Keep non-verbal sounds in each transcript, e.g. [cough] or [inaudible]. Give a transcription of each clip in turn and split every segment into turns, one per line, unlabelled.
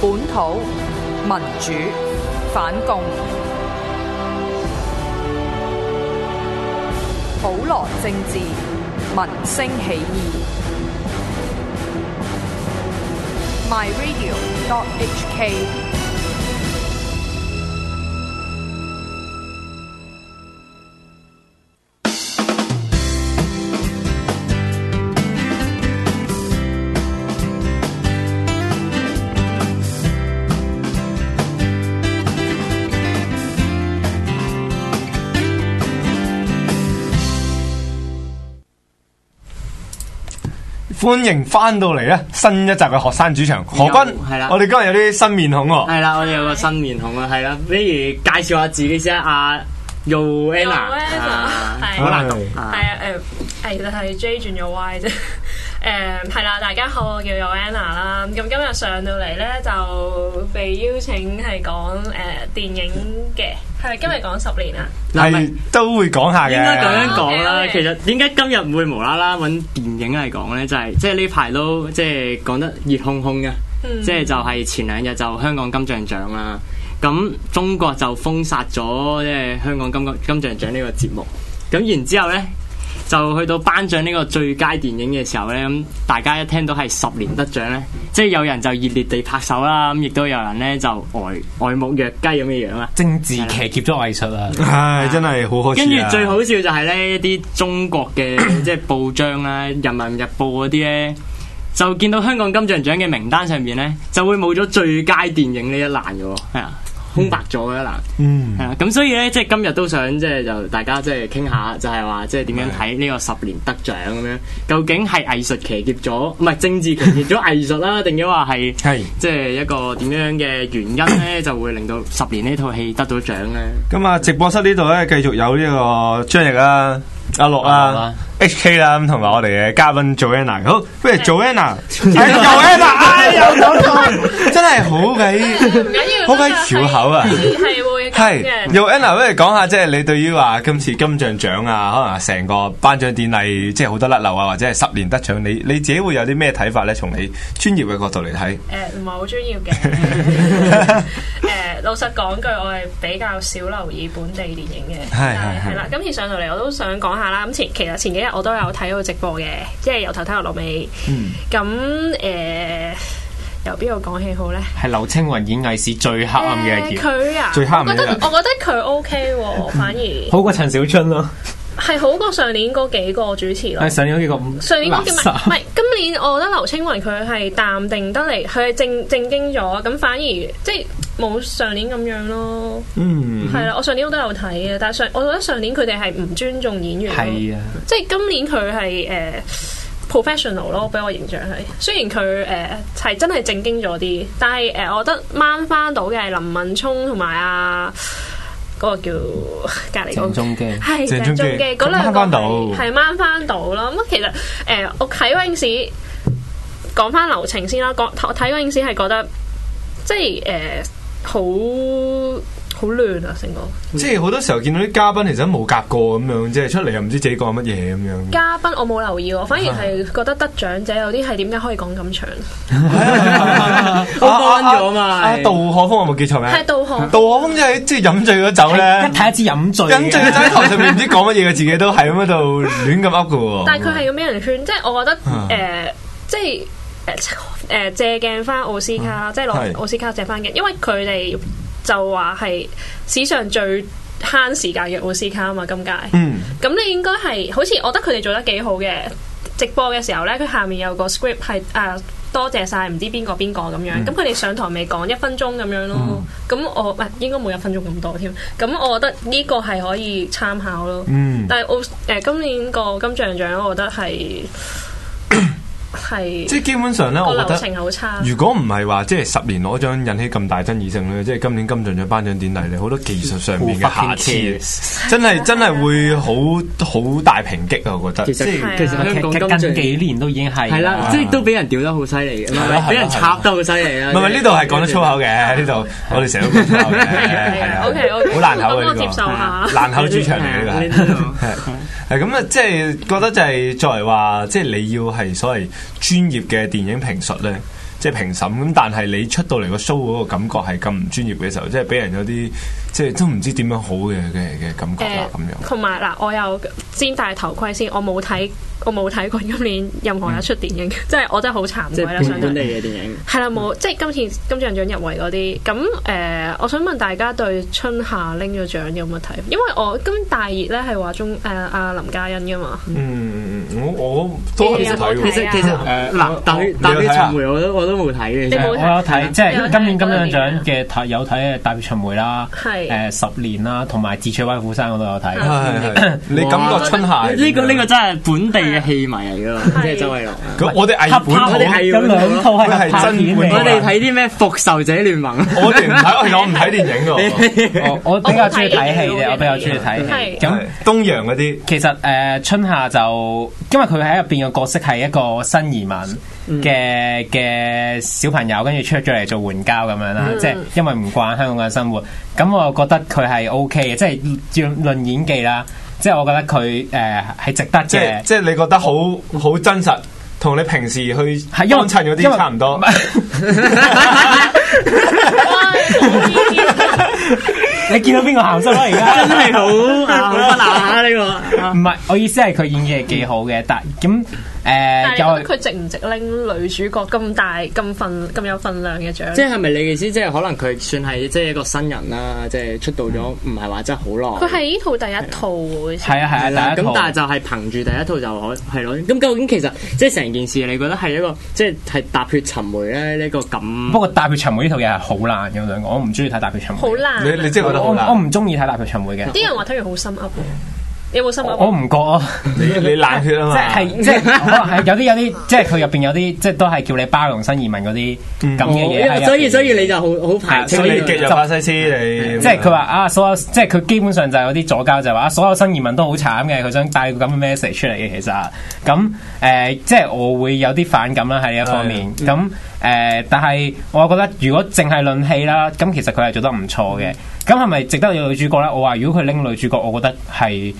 本土民主反共普羅政治民聲起義 myradio.hk
歡迎翻到嚟咧，新一集嘅學生主場，何君
係啦
我哋今日有啲新面孔喎，
係啦，我哋有個新面孔啊，係啦，不如介紹下自己先啊，阿 Yoanna，
Yoanna，
啊
係
好難讀
係
啊，
啊，誒，其實係 J 轉咗 Y 啫。 [laughs] 誒係啦，大家好，我叫 Joanna 啦。咁今日上到嚟咧，就被邀請係講誒電影嘅，係咪今日講十年啊？
嗱咪
係啊都會講下嘅。
應該咁樣講啦。
OK，OK
其實點解今日唔會無啦啦揾電影嚟講咧？就係即係呢排都即係講得熱烘烘嘅，
嗯
即係就係前兩日就香港金像獎啦。咁中國就封殺咗即係香港金金像獎呢個節目。咁然之後咧。就去到頒獎呢個最佳電影嘅時候呢，咁大家一聽到係十年得獎呢，即係有人就熱烈地拍手啦，咁亦都有人呢就呆呆目若雞咁嘅樣啦。
政治騎劫咗藝術啊！
唉，真係好可啊
跟住最好笑就係呢一啲中國 [coughs] 嘅即係報章啦，《人民日報》嗰啲呢，就見到香港金像獎嘅名單上面呢，就會冇咗最佳電影呢一欄嘅喎，係啊，空白咗嘅一欄。
嗯
係，啊，咁所以咧，即係今日都想即係就大家即係傾下，就係話即係點樣睇呢個十年得獎咁樣，究竟係藝術騎劫咗，唔係政治騎劫咗藝術啦，定咗話係
係
即係一個點樣嘅原因咧，就會令到十年呢套戲得到獎咧？
咁啊！直播室呢度咧，繼續有呢個張翼啦、阿樂
啊
啦、HK 啦，咁同埋我哋嘅嘉賓 Joanna。好，不如
[laughs]
Joanna，哎 Joanna，哎又講錯，真係好鬼
唔緊要，
好鬼巧口啊！
係會咁
係
嘅。
，Joanna，不如講下即係你對於話今次金像獎啊，可能成個頒獎典禮即係好多甩漏啊，或者係十年得獎，你你自己會有啲咩睇法咧？從你專業嘅角度嚟睇，
誒唔係好專業
[laughs]
嘅。誒老實講句，我係比較少留意本地電影嘅。
係
但
係係嗯
係啦。今次上到嚟我都想講下啦。咁前其實前幾日我都有睇到直播嘅，即係由頭睇到落尾。
嗯
咁誒由邊度講起好咧？
係劉青雲演藝史最黑暗嘅一
誒
頁，
佢啊，
最黑暗
我覺
嘅
得
一頁
我覺得佢 OK 喎，反而
好過陳小春咯。
係好過上年嗰幾個主持咯
係。上年嗰幾個咁
上年嗰件唔係
垃
唔
圾
係，今年我覺得劉青雲佢係淡定得嚟，佢係正正經咗，咁反而即係冇上年咁樣咯。
嗯，
係啦，我上年我都有睇嘅，但係上我覺得上年佢哋係唔尊重演員咯，
係啊，
即係今年佢係誒 professional 咯，俾我形象係。雖然佢誒係真係正經咗啲，但係誒、呃我覺得掹翻到嘅係林敏聰同埋啊嗰個叫隔離嗰個
鄭中基。
係
鄭
鄭
中
中
基
基嗰
掹
兩個
返
係
到
係掹翻到咯。咁其實誒、呃我睇嗰陣時講翻流程先啦。講我睇嗰陣時係覺得即係誒、呃好好亂啊，成個
即係好多時候見到啲嘉賓其實都冇夾過咁樣，即係出嚟又唔知自己講乜嘢咁樣。
嘉賓我冇留意喎，反而係覺得得獎者有啲係點解可以講咁長？
我幫咗嘛
啊啊啊啊
係
杜可風有冇記錯
係
名？啊
杜航。
杜可風即係即係飲醉咗酒咧
一。睇一知飲醉嘅，
飲醉咗啊酒喺台上面唔知講乜嘢嘅，自己都係咁喺度亂咁噏嘅喎。
但係佢係個名人圈，即係我覺得
啊
誒、呃即係。誒誒借鏡翻奧斯卡，即係
啊係
攞奧斯卡借翻鏡，因為佢哋就話係史上最慳時間嘅奧斯卡啊嘛，今屆。
嗯，
咁你應該係好似我覺得佢哋做得幾好嘅。直播嘅時候咧，佢下面有個 script 係誒、啊多謝晒唔知邊個邊個咁
嗯
樣。咁佢哋上台未講一分鐘咁樣咯。咁、我唔係應該冇一分鐘咁多添。咁我覺得呢個係可以參考咯。
嗯
但係我誒今年個金像獎，我覺
[coughs]
得係係
即係基本上咧，
個
我覺
流
得。
程好差。
如果唔係話，即係十年攞獎引起咁大爭議性咧，即係今年金像獎頒獎典禮咧，好多技術上面嘅瑕
Who
疵，真係真係會好好大抨擊啊！我覺得，
其實
即係
其實香港金像
近幾年都已經係
係啊啦，即係都俾人屌得好犀利嘅，唔
係啦
係俾人插得好犀利啊！
唔係唔係呢度係講得粗口嘅，呢度我哋成日都講粗口嘅，係啊
OK，OK，
好難口
咁
嘅
我接受
呢
下
個，難口主場嚟嘅呢個係。
呢度
係咁啊，即係覺得就係作為話，即係你要係所謂專業嘅電影評述咧，即係評審咁，但係你出到嚟個 show 嗰個感覺係咁唔專業嘅時候，即係俾人有啲即係都唔知點樣好嘅嘅嘅感覺啊啦咁樣。
同埋嗱，我又先戴頭盔先，我冇睇，我冇睇過今年任何一出電影，
嗯
即係 [laughs] 我真係好
即
慚愧啦，
係
想
本地嘅電影。
係啦，冇即係今次金像獎入圍嗰啲，咁誒、呃我想問大家對春夏拎咗獎有乜睇？因為我今大熱咧係話中誒阿、林嘉欣噶嘛，
[laughs] 嗯，我我都係啊冇睇
你有
其
冇
喎。
睇
實其實
誒
嗱，但
你
但
你
啲
有睇啊
傳媒我都我都冇睇
你
嘅。
冇
啊我
睇
有睇，即
有
係
睇
今年金像獎嘅睇有睇嘅《大別巡迴》啦，
係
誒十年啦，同埋《智取威虎山》我都有
係
睇。
係你感覺春夏係
呢個
點樣
呢個真係本地嘅戲迷嚟噶咯，即係周慧龍。
咁我哋
合
藝
拍
本
我哋
好
係
有兩套係合拍片
佢係真本
我
嚟
土
嘅
哋睇啲咩復仇者聯盟，
我哋唔睇，其實我唔睇電影
[laughs]
㗎
我我比較中意睇戲
我冇睇
啫，我比較中意睇戲。
喎。
係
咁
係東洋嗰啲
其實誒、呃春夏就因為佢喺入邊嘅角色係一個新移民
嗯
嘅嘅、小朋友，跟住出咗嚟做援交咁樣
嗯
啦，即係因為唔慣香港嘅生活，咁我覺得佢係 O K 嘅，即係論演技啦，即係我覺得佢誒係值得
即係
嘅。
即係你覺得好好真實，同你平時去
係因為
幫襯嗰
因
啲
為
差唔多。
你見到邊個鹹濕啦而家？
真係好啊，好不難啊呢個。啊
唔係，我意思係佢演技係幾好嘅，但咁
但係
誒又
你覺得佢值唔值拎女主角咁大咁份咁有份量嘅獎？
即係咪你嘅意思？即係可能佢算係即係一個新人啦，即係出道咗
嗯
唔係話真係好耐。
佢係呢套第一套喎，
係啊係
係
啊，
啦，
第一
咁
套
但係就係憑住第一套就可係咯。咁究竟其實即係成件事，你覺得係一個即係係踏血尋梅咧？呢個咁
不過《大票巡迴》呢套嘢係好爛嘅，我想講，我唔中意睇《大票巡迴
好》。難。
你你真係覺得好
我我
難，
唔中意睇《大票巡迴》嘅，
啲人話睇完好心噏喎，有冇心噏？
我唔覺啊，
你你冷血啊
[laughs]
即
嘛。
係即係可能係有啲有啲，即係佢入邊有啲即係都係叫你包容新移民嗰啲咁嘅嘢啊喺入邊。
哦所以所以你就好好
啊
排斥
所以
呢
你
個
極入法西斯，你
即係佢話啊，所有即係佢基本上就係有啲左交就係話啊，所有新移民都好慘嘅，佢想帶個咁嘅 message 出嚟嘅其實咁誒、呃即係我會有啲反感啦喺呢一方面咁誒、呃但係我覺得如果淨係論戲啦，咁其實佢係做得唔錯嘅。咁係咪值得有女主角咧？我話如果佢拎女主角，我覺得係。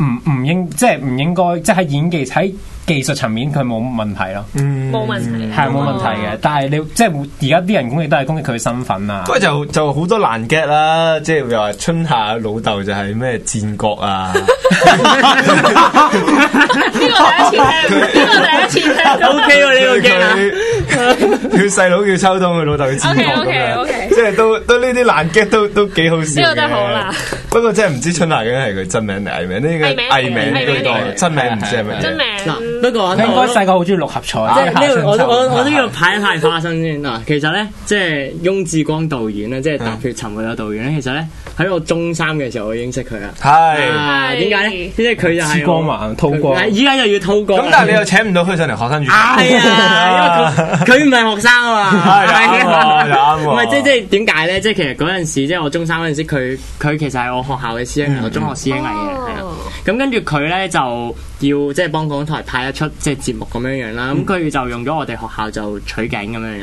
唔唔應即係唔應該，即係喺演技喺技術層面佢冇問題咯，
嗯
冇問題，
係冇問題嘅。但係你即係而家啲人攻擊都係攻擊佢嘅身份啊
不。過就就好多爛 get 啦，即係又話春夏老豆就係咩戰國啊，
呢個第一次聽，呢個第一次聽。
[laughs] O K 喎呢個驚
[laughs]
啊！
佢佢細佬叫秋冬，佢老豆叫戰國咁
OK，OK，OK
樣，即係都都呢啲爛 get 都都幾好笑嘅
呢個真係好啦。
不過真係唔知春夏究竟係佢真名定藝名，呢個
藝
藝
名
名居
藝
多，
名
真名唔知係乜嘢。
真
嗱，
名。
不過
佢應該細個好中意六合
即
彩，
係呢個我我我呢個牌太花生先嗱，其實咧即
嗯
係翁志光導演咧，即係《踏血尋梅》嘅導演咧，其實咧喺我中三嘅時候我已經識佢啦。
係。
啊，點解咧？因為佢就係
紫光環透光
佢依家又要透光。
咁但係你又請唔到佢上嚟學 [laughs] 生主持。
係
[laughs]
啊，因為佢佢唔係學生啊嘛，
係啱喎
係啊
啱喎
唔係即即係點解咧？即係其實嗰陣時，即係我中三嗰陣時，佢佢其實係我學校嘅師
嗯
兄嚟，我中學師兄嚟嘅，係啊。咁跟住佢咧就要即係幫港台派一出即係節目咁樣樣啦。
嗯
咁佢就用咗我哋學校就取景咁樣樣。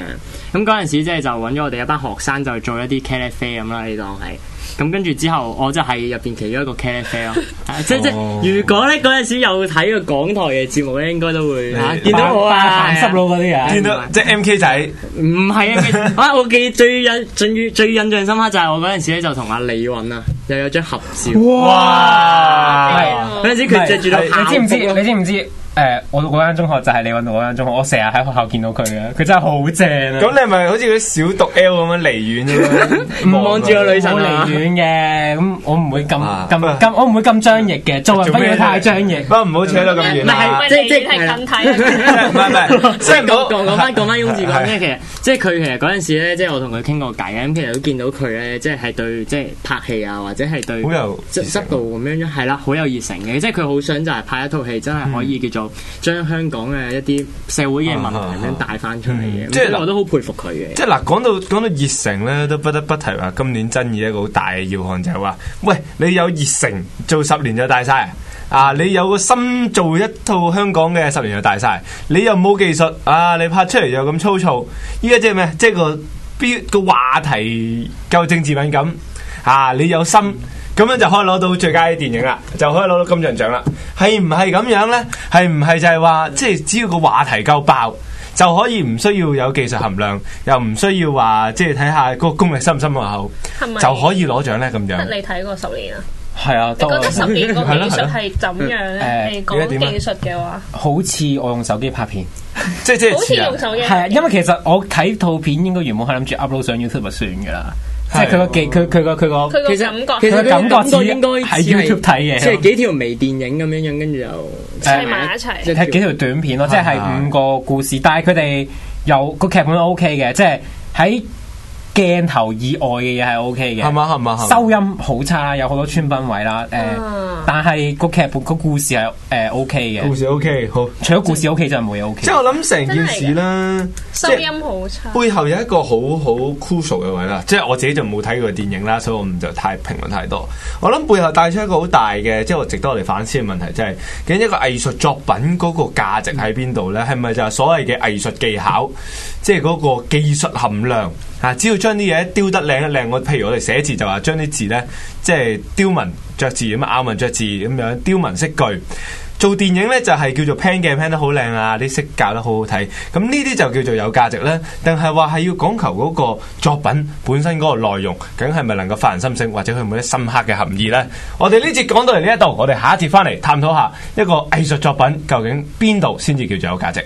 咁嗰陣時即係就揾咗我哋一班學生就做一啲茄喱啡咁啦，你當係。咁跟住之後，我就係入邊其中一個茄喱啡咯。啊即即
哦
如果咧嗰陣時有睇過港台嘅節目咧，應該都會
你
啊見到我啊，
扮鹹濕佬嗰啲啊，
見到即係 M K 仔，
唔係啊！啊，我記最印最最印象深刻就係我嗰陣時咧，就同阿李韻啊，又有張合照。
哇！
嗰陣時佢着住到
你知唔知？你知唔知？誒，我讀嗰間中學就係你揾到嗰間中學，我成日喺學校見到佢嘅，佢真係好正啊！
咁你係咪好似嗰啲小讀 L 咁樣離遠咁樣
唔望住個女神
我離
啊？
遠嘅，咁我唔會咁
啊
咁咁，我唔會咁張翼嘅，做人不要太張翼
不。過唔好扯到咁遠
唔係
啦。
係即即係
係
啦
近睇啊。
唔係唔
[laughs]
係，即係
講講講翻講翻翁
翁
志
志
光咧，其實即係佢其實嗰陣時咧，即係我同佢傾過偈啊，咁其實都見到佢咧，即係係對即係拍戲啊，或者係對
好有
即係濕度咁樣，係啦，好有熱誠嘅，即係佢好想就係拍一套戲，真係可以叫做將香港嘅一啲社會
啊
嘅問題咁樣帶翻出嚟嘅，
嗯即係嗱
咁我都好佩服佢嘅。
即係嗱，講到講到熱誠咧，都不得不提話今年爭議一個好大嘅要項就係話，喂，你有熱誠做十年就大晒啊！你有個心做一套香港嘅十年就大晒，你又冇技術啊！你拍出嚟又咁粗糙，依家即係咩？即係個標個話題夠政治敏感啊！你有心。咁樣就可以攞到最佳電影啦，就可以攞到金像獎啦。係唔係咁樣呢？係唔係就係話，即係只要個話題夠爆，就可以唔需要有技術含量，又唔需要話即係睇下嗰個功力深唔深落後，
係咪
就可以攞獎咧咁樣。
得你睇過十年啊？
係啊，
你覺得十年個技
係咯
術係怎樣咧？
誒
你
而家
講
點啊
技術嘅話，
好似我用手機拍片，
即係即
好
係
似
似啊
用手機
係啊，因為其實我睇套片應該原本係諗住 upload 上 YouTube 就算㗎啦，即係佢個技佢佢個佢個
佢個
其
感
實
覺
其實
佢感覺似
應該
喺 YouTube 睇嘅
即係幾條微電影咁樣樣，跟住就
砌埋一齊。
係幾條短片咯，即
係
係
啊
五個故事，但係佢哋有個劇本 O K 嘅，即係喺鏡頭以外嘅嘢係 O K
係
嘅。
嘛係嘛係嘛
收音好差啦，有好多穿崩位啦，誒、
啊
但係個劇本個故事係誒 O K
故
嘅，
事 OK 好。
除咗故事 O K 就冇嘢 O
即
K
係。我諗成件事啦，即
收
係
音好差，
背後有一個好好 crucial 嘅位啦，即係我自己就冇睇過電影啦，所以我唔就太評論太多。我諗背後帶出一個好大嘅，即係我值得我哋反思嘅問題，即係究竟一個藝術作品嗰個價值喺邊度呢？係咪就係所謂嘅藝術技巧，即係嗰個技術含量啊？只要將啲嘢雕得靚一靚，我譬如我哋寫字就話將啲字呢，即係雕文着字咁啊，咬文着字咁樣雕文飾句。做電影呢，就係叫做 plan 嘅 plan 得好靚啊，啲色教得好好睇，咁呢啲就叫做有價值呢？定係話係要講求嗰個作品本身嗰個內容，梗係咪能夠發人心醒，或者佢有冇啲深刻嘅含義呢？我哋呢節講到嚟呢一度，我哋下一節翻嚟探討下一個藝術作品究竟邊度先至叫做有價值。